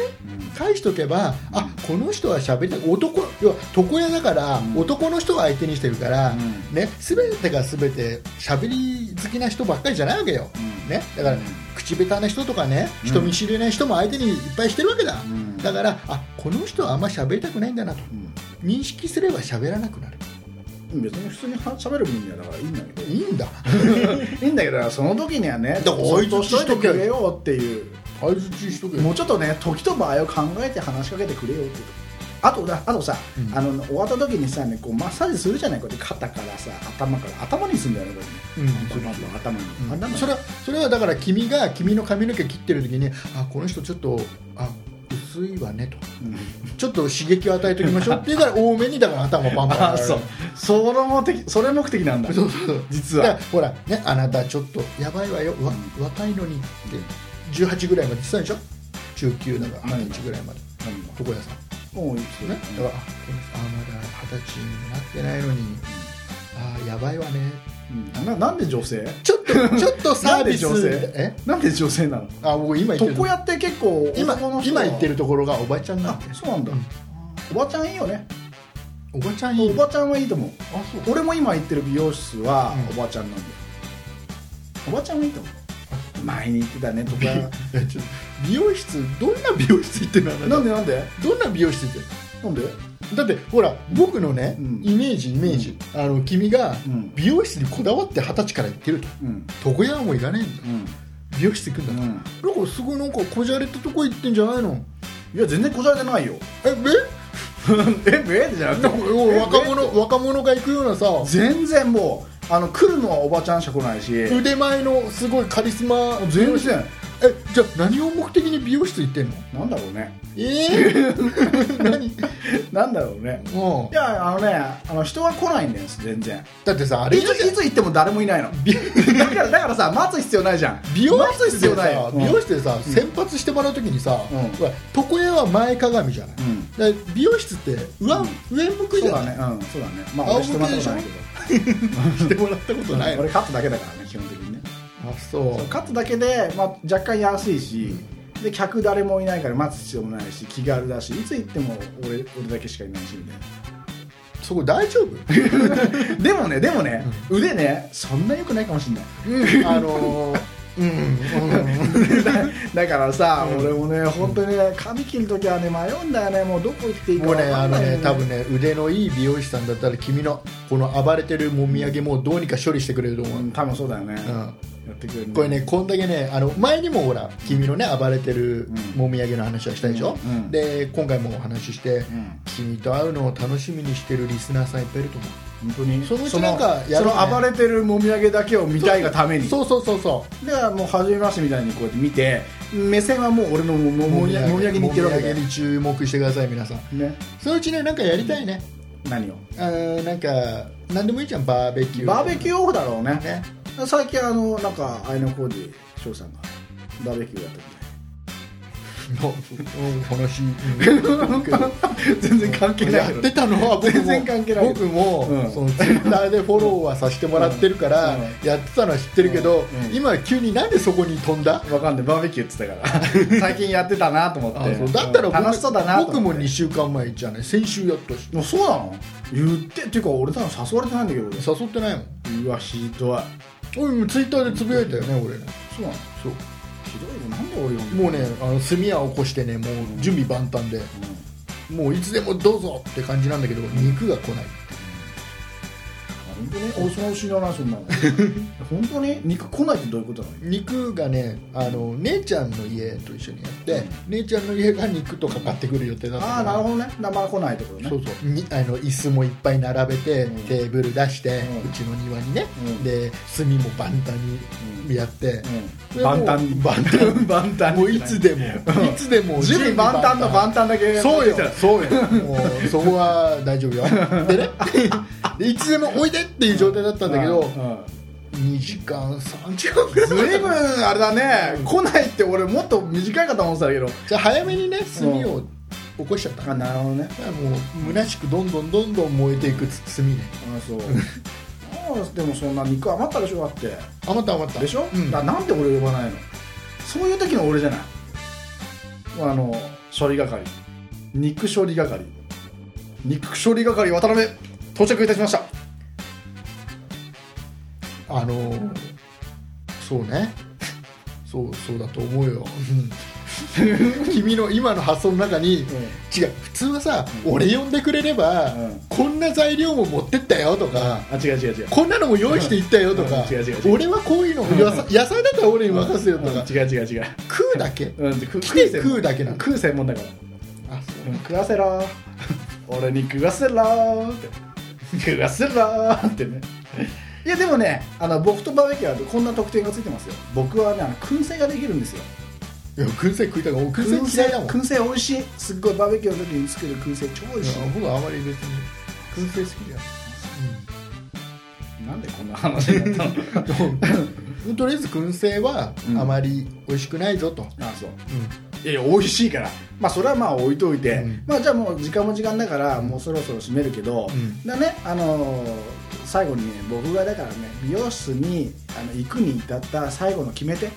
[SPEAKER 2] 返しとけばあこの人は喋りたい男要は床屋だから
[SPEAKER 1] ん
[SPEAKER 2] 男の人を相手にしてるから、
[SPEAKER 1] うん
[SPEAKER 2] ね、全てが全て喋り好きな人ばっかりじゃないわけよ、
[SPEAKER 1] うん
[SPEAKER 2] ね、だから
[SPEAKER 1] うん
[SPEAKER 2] 口下手な人とかね
[SPEAKER 1] うん
[SPEAKER 2] 人見知りな人も相手にいっぱいしてるわけだ、
[SPEAKER 1] ん
[SPEAKER 2] だからあこの人はあんま喋りたくないんだなと。
[SPEAKER 1] うん
[SPEAKER 2] 認識すれば喋らなくなる
[SPEAKER 1] うん別に普通には喋る分にはだからいいんだけど
[SPEAKER 2] いいんだ
[SPEAKER 1] いいんだけどその時にはね
[SPEAKER 2] だから
[SPEAKER 1] そっと
[SPEAKER 2] 相槌
[SPEAKER 1] し
[SPEAKER 2] し
[SPEAKER 1] とい
[SPEAKER 2] と
[SPEAKER 1] て
[SPEAKER 2] けよ
[SPEAKER 1] くれよっていう
[SPEAKER 2] 相づちしとけ
[SPEAKER 1] もうちょっとね時と場合を考えて話しかけてくれよってあとだあとさ、あの終わった時にさ、ね、こうマッサージするじゃないこうやって肩からさ頭から頭にするんだよねこれね、
[SPEAKER 2] うん
[SPEAKER 1] 頭と頭に、あんなの
[SPEAKER 2] それはそれはだから君が君の髪の毛切ってる時にあこの人ちょっとあ薄いわねと
[SPEAKER 1] うん
[SPEAKER 2] ちょっと刺激を与えておきましょうっていう から多めにだから頭パンパン
[SPEAKER 1] あ そうそれ目的それ目的なんだ
[SPEAKER 2] そうそうそう
[SPEAKER 1] 実
[SPEAKER 2] だから
[SPEAKER 1] は
[SPEAKER 2] ほらねあなたちょっとやばいわよわ若いのにって18ぐらいまで言ってたでしょ中級だから
[SPEAKER 1] うん
[SPEAKER 2] 二十歳ぐらいまで床屋さん
[SPEAKER 1] もういい
[SPEAKER 2] ねだからあこの人あまだ二十歳になってないのにあやばいわね
[SPEAKER 1] うんななんで女性
[SPEAKER 2] ちょっとちょっとサービ ス
[SPEAKER 1] なんで女性
[SPEAKER 2] え
[SPEAKER 1] なんで女性なの
[SPEAKER 2] あ僕今言ってる
[SPEAKER 1] 床屋って結構
[SPEAKER 2] 今
[SPEAKER 1] 男の人は
[SPEAKER 2] 今言ってるところがおばちゃんな
[SPEAKER 1] あ
[SPEAKER 2] んで
[SPEAKER 1] そうなんだ、
[SPEAKER 2] うん
[SPEAKER 1] おばちゃんいいよね
[SPEAKER 2] おばちゃんいい
[SPEAKER 1] おばちゃんはいいと思う
[SPEAKER 2] あそう
[SPEAKER 1] 俺も今行ってる美容室は
[SPEAKER 2] う
[SPEAKER 1] お
[SPEAKER 2] ん
[SPEAKER 1] ばちゃんなんだよ、おばちゃんはいいと思う前に行ってたねと か
[SPEAKER 2] えちょっと美容室どんな美容室行ってるのあな
[SPEAKER 1] な
[SPEAKER 2] た
[SPEAKER 1] んでなんで
[SPEAKER 2] どんな美容室行ってる
[SPEAKER 1] なんで
[SPEAKER 2] のだってほら僕のね、
[SPEAKER 1] うん
[SPEAKER 2] イメージイメージ、あの君が
[SPEAKER 1] うん
[SPEAKER 2] 美容室にこだわって二十歳から行ってる
[SPEAKER 1] うん
[SPEAKER 2] と床屋はもう行かねえんだ
[SPEAKER 1] うん
[SPEAKER 2] 美容室行くんだ、
[SPEAKER 1] う
[SPEAKER 2] なんんかすごいなんかこじゃれたとこ行ってんじゃないの
[SPEAKER 1] いや全然こじゃれてないよ
[SPEAKER 2] え
[SPEAKER 1] ええじゃな
[SPEAKER 2] え
[SPEAKER 1] く
[SPEAKER 2] な
[SPEAKER 1] て
[SPEAKER 2] んかお若者若者が行くようなさ
[SPEAKER 1] 全然もうあの来るのはおばちゃんしか来ないし
[SPEAKER 2] 腕前のすごいカリスマ
[SPEAKER 1] 全然
[SPEAKER 2] えじゃあ何を目的に美容室行ってんの
[SPEAKER 1] なんだろうね
[SPEAKER 2] ええ 何
[SPEAKER 1] なんだろうね
[SPEAKER 2] うん
[SPEAKER 1] いやあのねあの人が来ないんだよ全然
[SPEAKER 2] だってさあ
[SPEAKER 1] い
[SPEAKER 2] れ
[SPEAKER 1] つ
[SPEAKER 2] じゃ
[SPEAKER 1] いつ行っても誰もいないの だからだからさ待つ必要ないじゃん
[SPEAKER 2] 美容室
[SPEAKER 1] 待つ必
[SPEAKER 2] で
[SPEAKER 1] 要ない
[SPEAKER 2] さ
[SPEAKER 1] よ、
[SPEAKER 2] 美容室でさ、先発してもらうときにさ、
[SPEAKER 1] うん
[SPEAKER 2] ほら床屋は前かがみじゃない、
[SPEAKER 1] うん
[SPEAKER 2] だから美容室って上,、上向く
[SPEAKER 1] そ
[SPEAKER 2] じ
[SPEAKER 1] う
[SPEAKER 2] ゃな
[SPEAKER 1] だね
[SPEAKER 2] い、
[SPEAKER 1] うんそうだねまあ
[SPEAKER 2] 仰
[SPEAKER 1] 俺
[SPEAKER 2] 向
[SPEAKER 1] してもら
[SPEAKER 2] け
[SPEAKER 1] った
[SPEAKER 2] で
[SPEAKER 1] こ
[SPEAKER 2] し
[SPEAKER 1] と
[SPEAKER 2] ょ
[SPEAKER 1] ないけど
[SPEAKER 2] してもらったことないの
[SPEAKER 1] 俺カットだけだからね基本的にね
[SPEAKER 2] あそう
[SPEAKER 1] カットだけで、まあ、若干安いし、で客誰もいないから待つ必要もないし気軽だしいつ行っても俺俺だけしかいないしみ たいな
[SPEAKER 2] そこ大丈夫、
[SPEAKER 1] でもねでもね、腕ねそんな良くないかもしん ない
[SPEAKER 2] あの ーうん、うん、
[SPEAKER 1] だからさ、俺もね本当にね髪切る時はね迷うんだよねもうどこ行っていいか
[SPEAKER 2] もう
[SPEAKER 1] 分
[SPEAKER 2] ね
[SPEAKER 1] か
[SPEAKER 2] あ
[SPEAKER 1] んな
[SPEAKER 2] の
[SPEAKER 1] いよ
[SPEAKER 2] ね多分ね腕のいい美容師さんだったら君のこの暴れてるもみあげもどうにか処理してくれると思う、
[SPEAKER 1] うん多分そうだよね、
[SPEAKER 2] うん
[SPEAKER 1] やってくれるね
[SPEAKER 2] これねこんだけねあの前にもほら君のね暴れてるもみあげの話はしたでしょ、
[SPEAKER 1] うんうん
[SPEAKER 2] で今回もお話しして、
[SPEAKER 1] ん
[SPEAKER 2] 君と会うのを楽しみにしてるリスナーさんいっぱいいると思う
[SPEAKER 1] 本当に
[SPEAKER 2] そのうち
[SPEAKER 1] の
[SPEAKER 2] なんかや
[SPEAKER 1] そ
[SPEAKER 2] るね
[SPEAKER 1] の暴れてるもみあげだけを見たいがために
[SPEAKER 2] そうそうそうそ
[SPEAKER 1] でもう初めましてみたいにこうやって見て目線はもう俺のもも
[SPEAKER 2] う
[SPEAKER 1] もみあもみあげにいってるわけ
[SPEAKER 2] もみ
[SPEAKER 1] で
[SPEAKER 2] あげに注目してください皆さん
[SPEAKER 1] ね
[SPEAKER 2] そのうちねなんかやりたいね、
[SPEAKER 1] 何を
[SPEAKER 2] あーなんか何でもいいじゃんバーベキュー
[SPEAKER 1] バーベキューオフだろうね
[SPEAKER 2] ね
[SPEAKER 1] 最近あのなんか愛のコーディ翔さんがバーベキューやってる
[SPEAKER 2] のうん話、うんけど
[SPEAKER 1] みたい全然関係な
[SPEAKER 2] や
[SPEAKER 1] い
[SPEAKER 2] ってたのは僕も
[SPEAKER 1] 全然関係ない
[SPEAKER 2] 僕も、
[SPEAKER 1] うん
[SPEAKER 2] そのツイッターでフォローはさせてもらってるか
[SPEAKER 1] う
[SPEAKER 2] ら、
[SPEAKER 1] ん
[SPEAKER 2] やってたのは知ってるけど、
[SPEAKER 1] うんうん
[SPEAKER 2] 今急になんでそこに飛んだ
[SPEAKER 1] わかんないバーベキューって言ってたから 最近やってたなと思っ
[SPEAKER 2] あ
[SPEAKER 1] て
[SPEAKER 2] そうだったら
[SPEAKER 1] うん
[SPEAKER 2] 僕
[SPEAKER 1] 楽しそうだなと
[SPEAKER 2] 僕
[SPEAKER 1] 思
[SPEAKER 2] も
[SPEAKER 1] って
[SPEAKER 2] 2週間前じゃない先週やったし
[SPEAKER 1] もうそうなの言ってっていうか俺多分誘われてないんだけど
[SPEAKER 2] 誘ってないもん
[SPEAKER 1] 俺うわひどい
[SPEAKER 2] 俺もツイッターでつぶやいたよね俺ね
[SPEAKER 1] そうなの
[SPEAKER 2] そう
[SPEAKER 1] ひどいよなんで俺呼んで
[SPEAKER 2] もうねあの炭屋を起こしてねもう準備万端でもういつでもどうぞって感じなんだけど肉が来ない
[SPEAKER 1] 本当に俺その知らないそんなの 本当に肉来ないってどういうことなの
[SPEAKER 2] 肉がねあの姉ちゃんの家と一緒にやって、姉ちゃんの家が肉とか買ってくる予定だったから
[SPEAKER 1] ああなるほどね生来ないってことね
[SPEAKER 2] そうそうにあの椅子もいっぱい並べて、
[SPEAKER 1] うん
[SPEAKER 2] テーブル出して、う
[SPEAKER 1] うん
[SPEAKER 2] ちの庭にね、
[SPEAKER 1] うん
[SPEAKER 2] で炭も万端にやって、
[SPEAKER 1] うん万端に
[SPEAKER 2] 万端
[SPEAKER 1] 万端
[SPEAKER 2] もういつでもいつでも
[SPEAKER 1] 準備万端の万端だけ
[SPEAKER 2] そうよ
[SPEAKER 1] やってき
[SPEAKER 2] そうよもうそこは大丈夫よ でねでいつでもおいでっていう状態だった
[SPEAKER 1] た
[SPEAKER 2] んだけど
[SPEAKER 1] うん
[SPEAKER 2] 2時間3時間ぐらい
[SPEAKER 1] ずいぶんあれだね来ないって俺もっと短いかと思ってたけど
[SPEAKER 2] じゃあ早めにね炭を起こしちゃった
[SPEAKER 1] あなるほどね
[SPEAKER 2] だからもう虚しくどんどんどんどん燃えていく炭ね
[SPEAKER 1] あ そうあーでもそんな肉余ったでしょだって
[SPEAKER 2] 余った余った
[SPEAKER 1] でしょ、
[SPEAKER 2] うん
[SPEAKER 1] だなんで俺呼ばないのそういう時の俺じゃないあの処理係肉処理係肉処理係渡辺到着いたしました
[SPEAKER 2] あのーそうねそうそうだと思うようん 君の今の発想の中に、違う普通はさ、俺呼んでくれれば、
[SPEAKER 1] うん
[SPEAKER 2] こんな材料も持ってったよとか、
[SPEAKER 1] あ違う違う違う
[SPEAKER 2] こんなのも用意していったよとか、
[SPEAKER 1] うん違う違う違う
[SPEAKER 2] 俺はこういうのも野菜野菜だったら俺に任せよとか、
[SPEAKER 1] うん違う違う違う
[SPEAKER 2] 食うだけ
[SPEAKER 1] うん、食
[SPEAKER 2] 来て食うだけなの
[SPEAKER 1] 食う専門だから
[SPEAKER 2] あそう
[SPEAKER 1] 俺に食わせ ろ俺に食わせろって食わせろってねいやでもねあの僕とバーベキューはこんな特典がついてますよ僕はねあの燻製ができるんですよ
[SPEAKER 2] いや燻製食いたから俺燻製嫌いだもん
[SPEAKER 1] 燻製美味しいすっごいバーベキューの時に作る燻製超美味しい
[SPEAKER 2] いや僕はあまり別に燻製好きじゃない
[SPEAKER 1] なんでこんな話になったの
[SPEAKER 2] うんとりあえず燻製は
[SPEAKER 1] うん
[SPEAKER 2] あまり美味しくないぞと、
[SPEAKER 1] あそういやいや美味しいからまあそれはまあ置いといて、
[SPEAKER 2] うん
[SPEAKER 1] まあじゃあもう時間も時間だからもうそろそろ閉めるけど、
[SPEAKER 2] うん
[SPEAKER 1] だねあのー最後にね僕がだからね美容室にあの行くに至った最後の決め手ね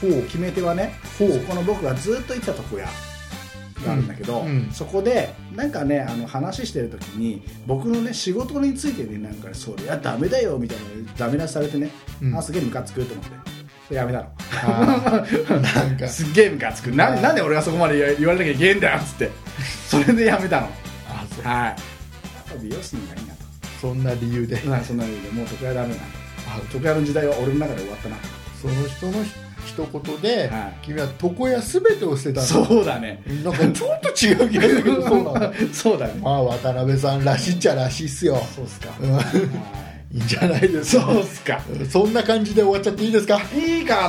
[SPEAKER 1] ほう決め手はね
[SPEAKER 2] ほう
[SPEAKER 1] そこの僕がずっと行った床屋があるんだけど、
[SPEAKER 2] うんうん
[SPEAKER 1] そこでなんかねあの話してる時に僕のね仕事についてねなんかねそれはダメだよみたいなダメ出しされてね、
[SPEAKER 2] うん
[SPEAKER 1] あすげえムカつくと思ってやめたの。
[SPEAKER 2] あー なんか
[SPEAKER 1] すっげえムカつくな
[SPEAKER 2] あー
[SPEAKER 1] なんで俺がそこまで言わ言われなきゃいけんだよっつ ってそれでやめたの
[SPEAKER 2] あそ
[SPEAKER 1] はいやっぱ美容室にはいいなと
[SPEAKER 2] そんな理由で
[SPEAKER 1] まあそんなのでもう徳屋ダメだ
[SPEAKER 2] あ
[SPEAKER 1] 徳屋の時代は俺の中で終わったな
[SPEAKER 2] その人の一言で、
[SPEAKER 1] はい
[SPEAKER 2] 君は床屋すべてを捨てたの
[SPEAKER 1] そうだ ね
[SPEAKER 2] なんかちょっと違う気がするけどそう なの
[SPEAKER 1] そうだね
[SPEAKER 2] まあ渡辺さんらしいっちゃらしいっすよ
[SPEAKER 1] そうっすか
[SPEAKER 2] うんいいんじゃない ですか
[SPEAKER 1] そうっすか
[SPEAKER 2] そんな感じで終わっちゃっていいですか
[SPEAKER 1] いいか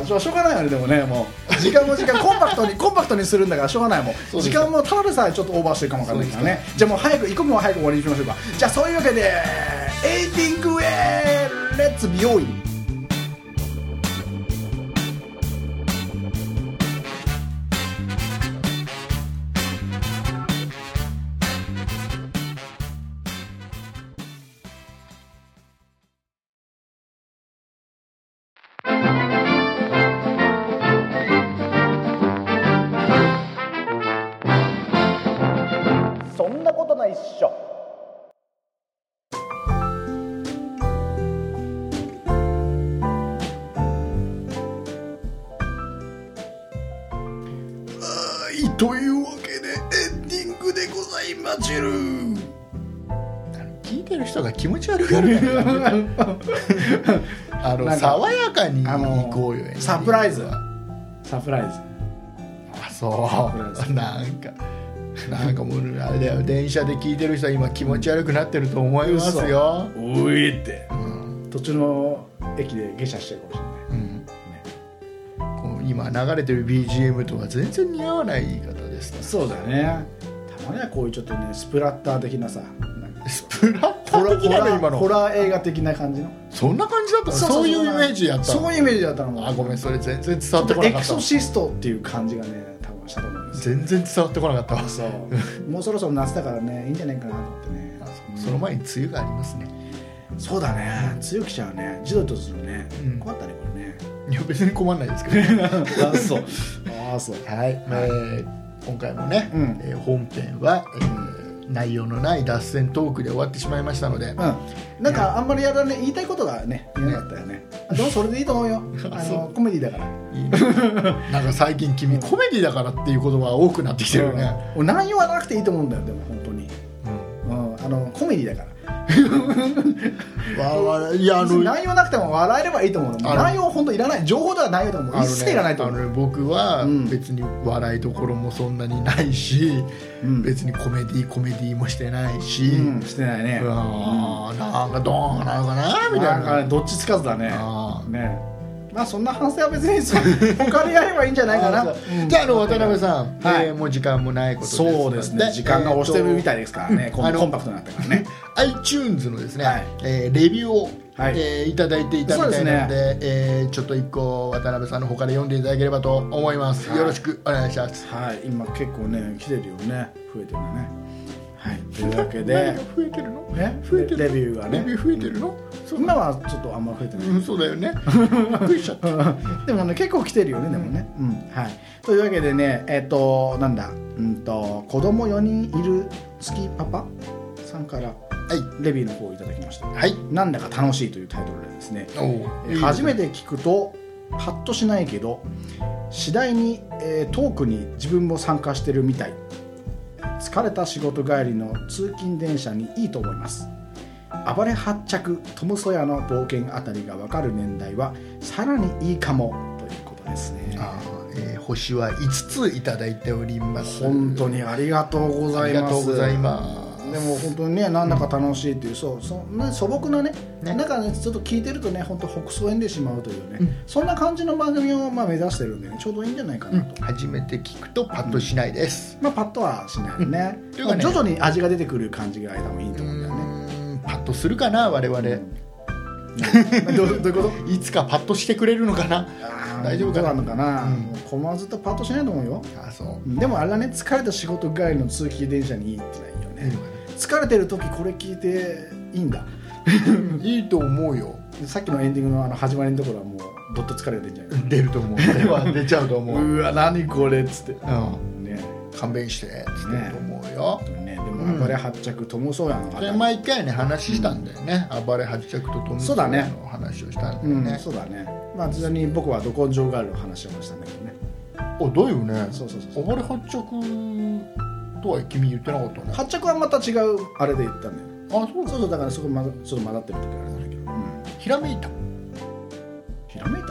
[SPEAKER 1] なじゃあしょうがないよねでもねもう時間も時間コンパクトにコンパクトにするんだからしょうがないも
[SPEAKER 2] そ
[SPEAKER 1] ん
[SPEAKER 2] うで
[SPEAKER 1] 時
[SPEAKER 2] すか
[SPEAKER 1] 間もただでさえちょっとオーバーしてるかもわかんないからねじゃあもう早く一刻も早く終わりにしましょうかじゃあそういうわけでエイティングウェイレッツ美容院そんなことないっしょ
[SPEAKER 2] はいというわけでエンディングでございまちる聞いてる人が気持ち 悪くなるからやめてあ
[SPEAKER 1] な
[SPEAKER 2] の
[SPEAKER 1] んか
[SPEAKER 2] 爽やかに
[SPEAKER 1] あの
[SPEAKER 2] 行こうよ、
[SPEAKER 1] サプライズ
[SPEAKER 2] エンディングは
[SPEAKER 1] サプライズ
[SPEAKER 2] あそうなんかなんかもうあれだよ電車で聞いてる人は今気持ち悪くなってると思いますよ、
[SPEAKER 1] ういって
[SPEAKER 2] うん
[SPEAKER 1] 途中の駅で下車してるかもしれない
[SPEAKER 2] うんこう今流れてる BGM とは全然似合わない言い方ですね
[SPEAKER 1] そうだねたまにはこういうちょっとねスプラッター的なさなんか
[SPEAKER 2] スプラッタ
[SPEAKER 1] ホラ
[SPEAKER 2] ー
[SPEAKER 1] ー
[SPEAKER 2] 的
[SPEAKER 1] ホ
[SPEAKER 2] な
[SPEAKER 1] ラ
[SPEAKER 2] の
[SPEAKER 1] ー
[SPEAKER 2] 今の
[SPEAKER 1] ホラー映画的な感じの
[SPEAKER 2] そんな感じだったのそういうイメージやったの
[SPEAKER 1] そういうイメージだったのも
[SPEAKER 2] あごめんそれ全然伝わってこな
[SPEAKER 1] エ
[SPEAKER 2] か
[SPEAKER 1] ク
[SPEAKER 2] った
[SPEAKER 1] ソシストっていう感じがね多分したと思うんですよ
[SPEAKER 2] 全然伝わってこなかったわ
[SPEAKER 1] そうもうそろそろ夏だからねいいんじゃないかなと思ってね
[SPEAKER 2] その前に梅雨がありますね
[SPEAKER 1] そうだね強くちゃうね児童とするね、
[SPEAKER 2] うん
[SPEAKER 1] 困ったねこれね
[SPEAKER 2] いや別に困んないですけ どはい、
[SPEAKER 1] あそうあそう
[SPEAKER 2] えー今回もね、
[SPEAKER 1] うん
[SPEAKER 2] えー本編は、えー内容のない脱線トークで終わってしまいましたので、
[SPEAKER 1] うん、なんかあんまりやらね言いたいことがね言えなかったよね。でもそれでいいと思うよ。あ
[SPEAKER 2] そ
[SPEAKER 1] のコメディだから。
[SPEAKER 2] いいねなんか最近君コメディだからっていう言葉が多くなってきてるよね、
[SPEAKER 1] 俺内容はなくていいと思うんだよでも本当に。うん、あのコメディだから。
[SPEAKER 2] わわいやあの
[SPEAKER 1] 内容なくても笑えればいいと思うの。
[SPEAKER 2] あの
[SPEAKER 1] 内容本当いらない。情報ではないと思う。
[SPEAKER 2] あの
[SPEAKER 1] 一切いらないと
[SPEAKER 2] あ
[SPEAKER 1] 思う。
[SPEAKER 2] の僕は
[SPEAKER 1] うん
[SPEAKER 2] 別に笑いどころもそんなにないし、
[SPEAKER 1] うん
[SPEAKER 2] 別にコメディコメディもしてないし、
[SPEAKER 1] うん、してないね。
[SPEAKER 2] あーなんかどうなのかなみ
[SPEAKER 1] な
[SPEAKER 2] た
[SPEAKER 1] いんか
[SPEAKER 2] な
[SPEAKER 1] ねどっちつかずだね。
[SPEAKER 2] あー
[SPEAKER 1] ね。まあそんな反省は別にそう他でやればいいんじゃないか な。うん
[SPEAKER 2] じゃああの渡辺さん、
[SPEAKER 1] はい
[SPEAKER 2] えーもう時間もないことですの
[SPEAKER 1] そうですね。時間が押してるみたいですからね。コ
[SPEAKER 2] あ
[SPEAKER 1] ン
[SPEAKER 2] の
[SPEAKER 1] コンパクトになったからね。
[SPEAKER 2] iTunes のですね、
[SPEAKER 1] はい
[SPEAKER 2] えーレビューを、
[SPEAKER 1] はい
[SPEAKER 2] えーいただいていたみたいなのでえーちょっと一個渡辺さんの方から読んでいただければと思います、
[SPEAKER 1] はい
[SPEAKER 2] よろしくお願いします
[SPEAKER 1] はい、今結構ね、来てるよね、増えてるよね。はい、というわけで
[SPEAKER 2] 何が、増えてるの
[SPEAKER 1] ね
[SPEAKER 2] 増えてる
[SPEAKER 1] レレビューがね
[SPEAKER 2] レビュー増えてるの、
[SPEAKER 1] 今はちょっとあんまり増えてない。
[SPEAKER 2] うん、そうだよ ねびっくりしちゃった
[SPEAKER 1] でもね、結構来てるよね、でもね。うん、はい。というわけでね、えっ、と、なんだ、うんと、子供4人いる月パパさんから
[SPEAKER 2] は
[SPEAKER 1] レビューの方をいただきました。
[SPEAKER 2] いはい
[SPEAKER 1] なんだか楽しいというタイトルでですね、
[SPEAKER 2] お
[SPEAKER 1] えー初
[SPEAKER 2] て
[SPEAKER 1] めて聞くとパッとしないけど次第に、えートークに自分も参加してるみたい疲れた仕事帰りの通勤電車にいいと思います暴れ発着トム・ソヤの冒険あたりが分かる年代はさらにいいかもということですね
[SPEAKER 2] あー、えー星は5ついただいております
[SPEAKER 1] 本当にありがとうご
[SPEAKER 2] あ
[SPEAKER 1] ざい
[SPEAKER 2] り
[SPEAKER 1] ます
[SPEAKER 2] がとうございます
[SPEAKER 1] でも本当にねなんだか楽しいっていうそうそんな素朴なね
[SPEAKER 2] ね
[SPEAKER 1] なんかねちょっと聞いてるとね本当北総縁でしまうというね、そんな感じの番組をまあ目指してるんでねちょうどいいんじゃないかなと、
[SPEAKER 2] 初めて聞くとパッとしないです、
[SPEAKER 1] まあパッとはしないでね,、
[SPEAKER 2] というかね
[SPEAKER 1] 徐々に味が出てくる感じが間もいいと思うんだよね、
[SPEAKER 2] うんパッとするかな 我々、
[SPEAKER 1] どうどういうこと
[SPEAKER 2] いつかパッとしてくれるのかな
[SPEAKER 1] あー
[SPEAKER 2] 大丈夫かな
[SPEAKER 1] どうなのかな、
[SPEAKER 2] うん
[SPEAKER 1] もうこのままずっとパッとしないと思うよ
[SPEAKER 2] あそう
[SPEAKER 1] でもあれだね疲れた仕事帰りの通勤電車にいいってないいよね、疲れてる時これ聞いていいんだ
[SPEAKER 2] いいと思うよ
[SPEAKER 1] さっきのエンディングのあの始まりのところはもうどっと疲れてんじゃない
[SPEAKER 2] 出ると思う俺は 出ちゃうと思う、
[SPEAKER 1] うわ何これっつって
[SPEAKER 2] うん、
[SPEAKER 1] ね
[SPEAKER 2] 勘弁してって言ってると思うよ、
[SPEAKER 1] ねでも暴れ発着ともそうやん、
[SPEAKER 2] で毎回ね話したんだよね、暴れ八着とトム・
[SPEAKER 1] そうだね
[SPEAKER 2] の話をしたんだ
[SPEAKER 1] う
[SPEAKER 2] よ
[SPEAKER 1] ん
[SPEAKER 2] ね、
[SPEAKER 1] そうだねまあちなみに僕はど根性がある話をしたんだけどね
[SPEAKER 2] おどういうね
[SPEAKER 1] そうそうそうそう
[SPEAKER 2] 暴れ八着とは君言ってなかったね
[SPEAKER 1] 発着はまた違うあれで言ったんだよね
[SPEAKER 2] あそう
[SPEAKER 1] そうそうだからそこまちょっと混ざってる時あれだけど、うん、
[SPEAKER 2] ひらめいたい
[SPEAKER 1] ひらめい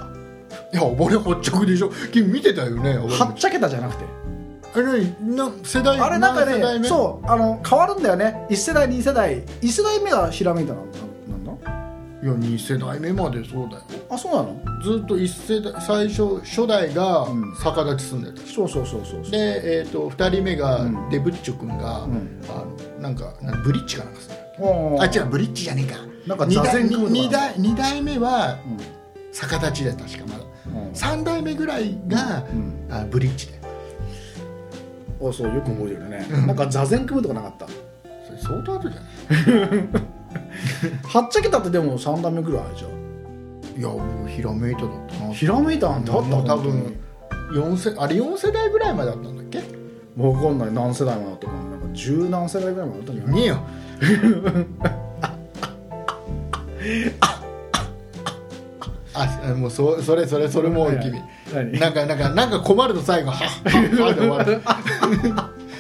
[SPEAKER 1] た
[SPEAKER 2] や暴れ八着でしょ君見てたよね暴れ
[SPEAKER 1] はっちゃけたじゃなくて
[SPEAKER 2] あれ何な世代
[SPEAKER 1] あれなんか
[SPEAKER 2] 何世代
[SPEAKER 1] ね
[SPEAKER 2] 目
[SPEAKER 1] そうあの変わるんだよね1世代2世代1世代目がひらめいたのなんなんだ
[SPEAKER 2] いや2世代目までそうだよ
[SPEAKER 1] あそうなの
[SPEAKER 2] ずっと一世代最初初代が
[SPEAKER 1] うん
[SPEAKER 2] 逆立ち住んでた、
[SPEAKER 1] そうそうそうそうそう
[SPEAKER 2] で、えー、と2人目が
[SPEAKER 1] うん
[SPEAKER 2] デブッチョ君が、
[SPEAKER 1] うん
[SPEAKER 2] あのなんかなんかブリッジかなんかする
[SPEAKER 1] おー
[SPEAKER 2] あ違うブリッジじゃねえか
[SPEAKER 1] なんか
[SPEAKER 2] 二
[SPEAKER 1] 座
[SPEAKER 2] 代
[SPEAKER 1] 禅組むとか
[SPEAKER 2] 二代二代目は
[SPEAKER 1] うん
[SPEAKER 2] 逆立ちで確かまだ
[SPEAKER 1] うん
[SPEAKER 2] 3代目ぐらいが、
[SPEAKER 1] うん
[SPEAKER 2] あブリッジで
[SPEAKER 1] おそうよく覚えてるね、なんか座禅組むとかなかった
[SPEAKER 2] それ相当後じゃない
[SPEAKER 1] はっちゃけたってでも3段目ぐらいじゃ
[SPEAKER 2] いやもうひらめいただった
[SPEAKER 1] ん
[SPEAKER 2] な
[SPEAKER 1] ひらめいたなんてあった
[SPEAKER 2] もう多
[SPEAKER 1] 本
[SPEAKER 2] 分四世あれ4世代ぐらいまでだったんだっけ
[SPEAKER 1] 当にわかんない何世代もだったかななんか十何世代ぐらいもだったんじゃない
[SPEAKER 2] ねえよああもうそそれそれそれもう君
[SPEAKER 1] 何
[SPEAKER 2] なんかなんかなんか困ると最後はっはっはで終わる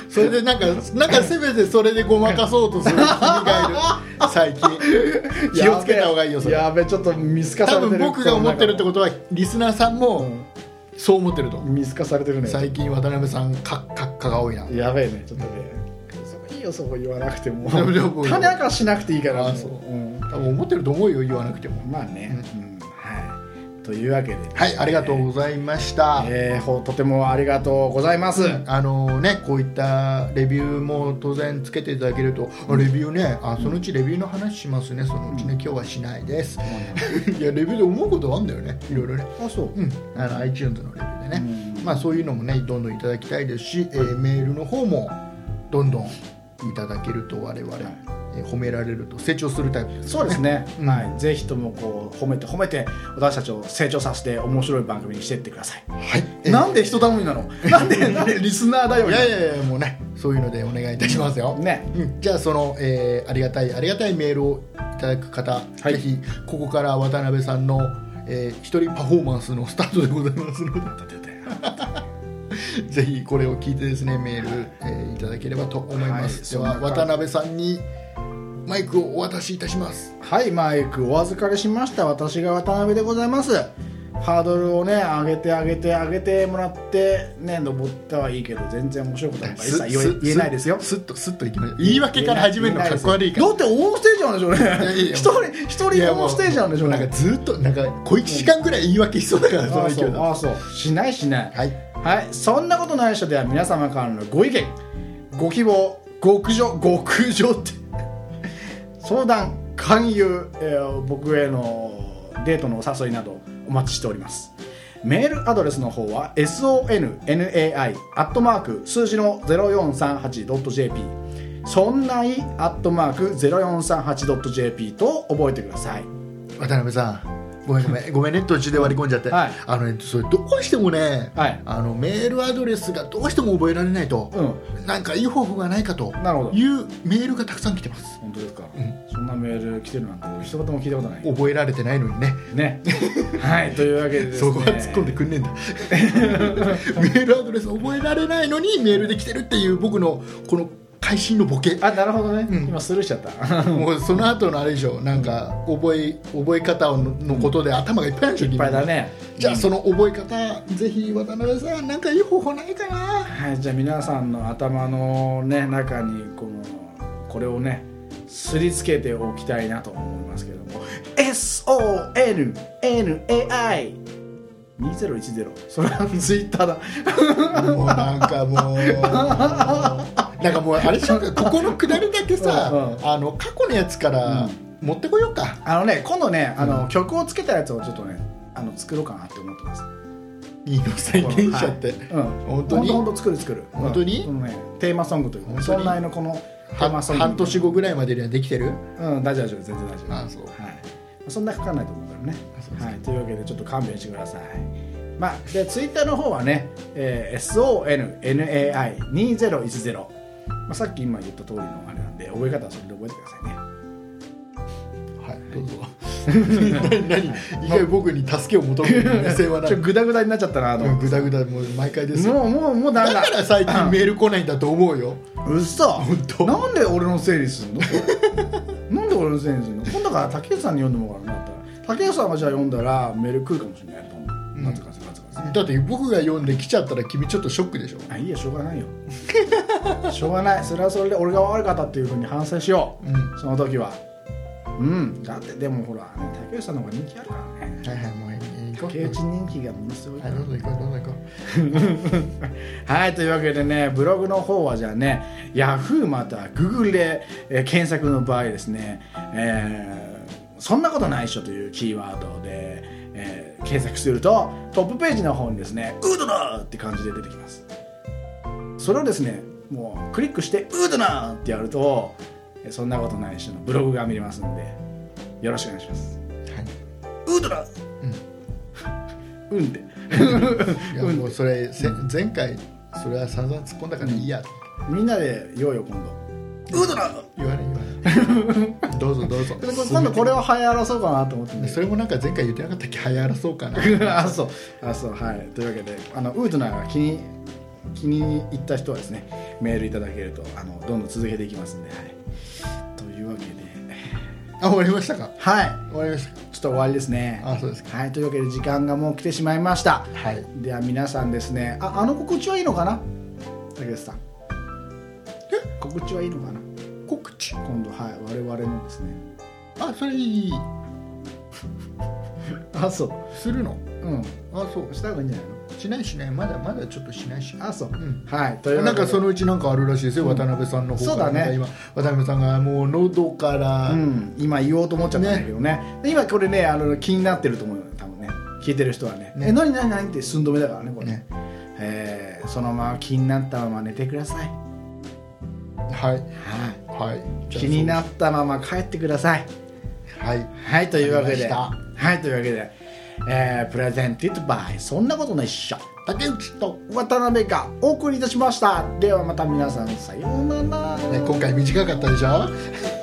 [SPEAKER 2] それでなんかなんかせめてそれでごまかそうとする君がいる最近 気をつけた方がいいよそれ
[SPEAKER 1] やべえちょっと見透かさ
[SPEAKER 2] 多
[SPEAKER 1] れてる
[SPEAKER 2] 分僕が思ってるってことはリスナーさ
[SPEAKER 1] と
[SPEAKER 2] んもそう思ってると思う
[SPEAKER 1] 見透かされてるね
[SPEAKER 2] 最近渡辺さんカッカッカが多いな
[SPEAKER 1] やべえねちょっとね、そこいいよそこ言わなくても
[SPEAKER 2] でも
[SPEAKER 1] 種明かしなくていいからも
[SPEAKER 2] あそうん多分思ってると思うよ言わなくても
[SPEAKER 1] まあね、うんはいというわけで
[SPEAKER 2] はいありがとうございました、
[SPEAKER 1] えーほとてもありがとうございます、
[SPEAKER 2] あのね、こういったレビューも当然つけていただけるとあレビューねあそのうちレビューの話しますねそのうちね今日はしないです、 いやレビューで思うことはあんだよねいろいろね
[SPEAKER 1] あそう
[SPEAKER 2] うん、あの iTunes のレビューでね、
[SPEAKER 1] うん
[SPEAKER 2] まあ、そういうのもねどんどんいただきたいですし、えーメールの方もどんどんいただけると我々、えー褒められると成長するタイプです
[SPEAKER 1] そうですね、
[SPEAKER 2] うん
[SPEAKER 1] はい、ぜひともこう褒めて褒めて私たちを成長させて面白い番組にしていってください、
[SPEAKER 2] はい、えー
[SPEAKER 1] なんで人頼みなのなんでなんでリスナーだよ
[SPEAKER 2] いやいやいやもうねそういうのでお願いいたしますよ、
[SPEAKER 1] ね
[SPEAKER 2] うん、じゃあその、えーありがたいありがたいメールをいただく方、
[SPEAKER 1] はい
[SPEAKER 2] ぜひここから渡辺さんの、えー一人パフォーマンスのスタートでございますのでぜひこれを聞いてですねメール、えーいただければと思います、
[SPEAKER 1] はい
[SPEAKER 2] で
[SPEAKER 1] そ
[SPEAKER 2] は
[SPEAKER 1] んな感
[SPEAKER 2] 渡辺さんにマイクをお渡しいたします
[SPEAKER 1] はいマイクお預かりしました私が渡辺でございますハードルをね上げて上げて上げてもらってね登ったはいいけど全然面白いことなんか一切言え言えないですよ
[SPEAKER 2] すっとすっといきましょう言い訳から始めるのかっこ悪いから
[SPEAKER 1] だってオンステージなんでしょう
[SPEAKER 2] やいや
[SPEAKER 1] ね
[SPEAKER 2] もう
[SPEAKER 1] 一人一人オンステージなんでしょう
[SPEAKER 2] いやもうなん
[SPEAKER 1] ね
[SPEAKER 2] かずっとなんか小一時間ぐらい言い訳しそうだから
[SPEAKER 1] あ
[SPEAKER 2] その
[SPEAKER 1] あ
[SPEAKER 2] 勢い
[SPEAKER 1] そう
[SPEAKER 2] だと
[SPEAKER 1] ああそうしないしない
[SPEAKER 2] はい
[SPEAKER 1] はい、そんなことない人では皆様からのご意見、ご希望、ご苦情、ご苦情って相談、勧誘、えー僕へのデートのお誘いなどお待ちしております。メールアドレスの方は sonnai アットマーク数字の 0438.jp そんないアットマーク 0438.jp と覚えてください。
[SPEAKER 2] 渡辺さんごめんごめんごめんね途中で割り込んじゃって、
[SPEAKER 1] はい
[SPEAKER 2] あのねそれどうしてもね、
[SPEAKER 1] はい
[SPEAKER 2] あのメールアドレスがどうしても覚えられないと、なんかいい方法がないかと
[SPEAKER 1] なるほど
[SPEAKER 2] いうメールがたくさん来てます
[SPEAKER 1] 本当ですか、そんなメール来てるなんて一言も聞いたことない。
[SPEAKER 2] 覚えられてないのにね
[SPEAKER 1] ね。はい、というわけでですね。
[SPEAKER 2] そこは突っ込んでくんねえんだ メールアドレス覚えられないのにメールで来てるっていう僕のこの会心のボケ
[SPEAKER 1] あなるほどね、
[SPEAKER 2] うん
[SPEAKER 1] 今スルーしちゃった
[SPEAKER 2] もうその後のあれ以上なんか覚え覚え方ののことで頭がいっぱいなんでしょ
[SPEAKER 1] いっぱいだね
[SPEAKER 2] じゃあその覚え方ぜひ渡辺さんなんかいい方法ないかな
[SPEAKER 1] はい、じゃあ皆さんの頭の、ね、中にこのこれをねすりつけておきたいなと思いますけども SONNAI2010 それはツイッターだ
[SPEAKER 2] もうなんかもうなんかもうあれしようかここのくだりだけさ
[SPEAKER 1] う
[SPEAKER 2] あの過去のやつから持ってこようか、
[SPEAKER 1] あのね今度ねあの、曲をつけたやつをちょっとねあの作ろうかなって思ってます
[SPEAKER 2] いいの再現者って、
[SPEAKER 1] うん
[SPEAKER 2] 本当に
[SPEAKER 1] 本当作る作る
[SPEAKER 2] 本当
[SPEAKER 1] う
[SPEAKER 2] に
[SPEAKER 1] んこのね、テーマソングというか
[SPEAKER 2] 本当に
[SPEAKER 1] 将来のこのテー
[SPEAKER 2] 半
[SPEAKER 1] マソング
[SPEAKER 2] 半年後ぐらいまでにはできてる
[SPEAKER 1] うん大丈夫大丈夫全然大丈夫
[SPEAKER 2] あそう
[SPEAKER 1] はい、そんなかかんないと思うからね
[SPEAKER 2] あそうで。す
[SPEAKER 1] はい、というわけでちょっと勘弁してください。まあ、でツイッターの方はね、えー SONNAI2010、まあ、さっき今言った通りのあれなんで覚え方はそれで覚えてくださいね。
[SPEAKER 2] はいどうぞ 何何意外僕に助けを求める目線はな
[SPEAKER 1] ちょっ
[SPEAKER 2] い
[SPEAKER 1] とグダグダになっちゃったなと
[SPEAKER 2] もう
[SPEAKER 1] 思って
[SPEAKER 2] グダグダもう毎回ですよ
[SPEAKER 1] もうもうもうダメ
[SPEAKER 2] だ
[SPEAKER 1] だ
[SPEAKER 2] から最近メール来ないんだと思うよ
[SPEAKER 1] うっそ
[SPEAKER 2] 当
[SPEAKER 1] なんで俺のせいにすん のなんで俺のせいにすんの今度から竹内さんに読んでもらうからなだったら竹内さんがじゃあ読んだらメール来るかもしれないと思う、
[SPEAKER 2] うん
[SPEAKER 1] なぜかぜなぜかぜ
[SPEAKER 2] だって僕が読んで来ちゃったら君ちょっとショックでしょ
[SPEAKER 1] あいいよしょうがないよ しょうがないそれはそれで俺が悪かったっていうふうに反省しよう、
[SPEAKER 2] うん
[SPEAKER 1] その時はうんだってでもほらね竹内さんの方が人気あるからね
[SPEAKER 2] はいはいもういい行こ
[SPEAKER 1] 竹内人気がものすごいか
[SPEAKER 2] は
[SPEAKER 1] ら
[SPEAKER 2] いどうぞ行こうどうぞ行こ う
[SPEAKER 1] はいというわけでねブログの方はじゃあね Yahoo または Google で、えー検索の場合ですね、えーそんなことないっしょ」というキーワードで、えー検索するとトップページの方にですね「ウードナー!」って感じで出てきますそれをですねもうクリックして「ウードナー!」ってやるとえーそんなことないっしょのブログが見れますんでよろしくお願いします
[SPEAKER 2] はい
[SPEAKER 1] ウードナー うんって
[SPEAKER 2] いやもうそれせ前回それは散々突っ込んだからいいや
[SPEAKER 1] みんなで言おうよ今度ウードナー
[SPEAKER 2] 言われ言 われどうぞどうぞ
[SPEAKER 1] でこ今度これを流行らそうかなと思ってんだけ
[SPEAKER 2] それもなんか前回言ってなかったっけ流行らそうかな
[SPEAKER 1] ど あそうあそうはいというわけであのウートナーが気に気に入った人はですねメールいただけるとあのどんどん続けていきますんで、はい、というわけで
[SPEAKER 2] あ終わりましたか
[SPEAKER 1] はい
[SPEAKER 2] 終わりましたか
[SPEAKER 1] ちょっと終わりですね
[SPEAKER 2] あそうですか
[SPEAKER 1] はいというわけで時間がもう来てしまいました
[SPEAKER 2] はい
[SPEAKER 1] では皆さんですねああの告知はいいのかな竹内さんえ告知はいいのかな
[SPEAKER 2] 告知
[SPEAKER 1] 今度はい我々のですね
[SPEAKER 2] あそれいい
[SPEAKER 1] あそう
[SPEAKER 2] するの
[SPEAKER 1] うん
[SPEAKER 2] あそう
[SPEAKER 1] した方がいいんじゃないの
[SPEAKER 2] しないしないまだまだちょっとしないし
[SPEAKER 1] あそう、
[SPEAKER 2] ん
[SPEAKER 1] はいというわけ
[SPEAKER 2] な
[SPEAKER 1] で
[SPEAKER 2] んかそのうちなんかあるらしいですよ、渡辺さんの方
[SPEAKER 1] そうだね
[SPEAKER 2] なんか今渡辺さんがもう喉から、
[SPEAKER 1] うん、今言おうと思っちゃったんだけどねで今これねあの気になってると思うよ多分ね聞いてる人はね「
[SPEAKER 2] ね
[SPEAKER 1] え何何何?」って寸止めだからねこれ
[SPEAKER 2] ね
[SPEAKER 1] えーそのまま気になったまま寝てください、
[SPEAKER 2] はい
[SPEAKER 1] は
[SPEAKER 2] はい
[SPEAKER 1] い、
[SPEAKER 2] じゃあ
[SPEAKER 1] 気になったまま帰ってください
[SPEAKER 2] はい
[SPEAKER 1] はいというわけで
[SPEAKER 2] わかり
[SPEAKER 1] はいというわけで、えー、プレゼンティットバイそんなことないっしょ
[SPEAKER 2] 竹内と、
[SPEAKER 1] 渡辺がお送りいたしましたではまた皆さんさようなら、
[SPEAKER 2] ね、今回短かったでしょ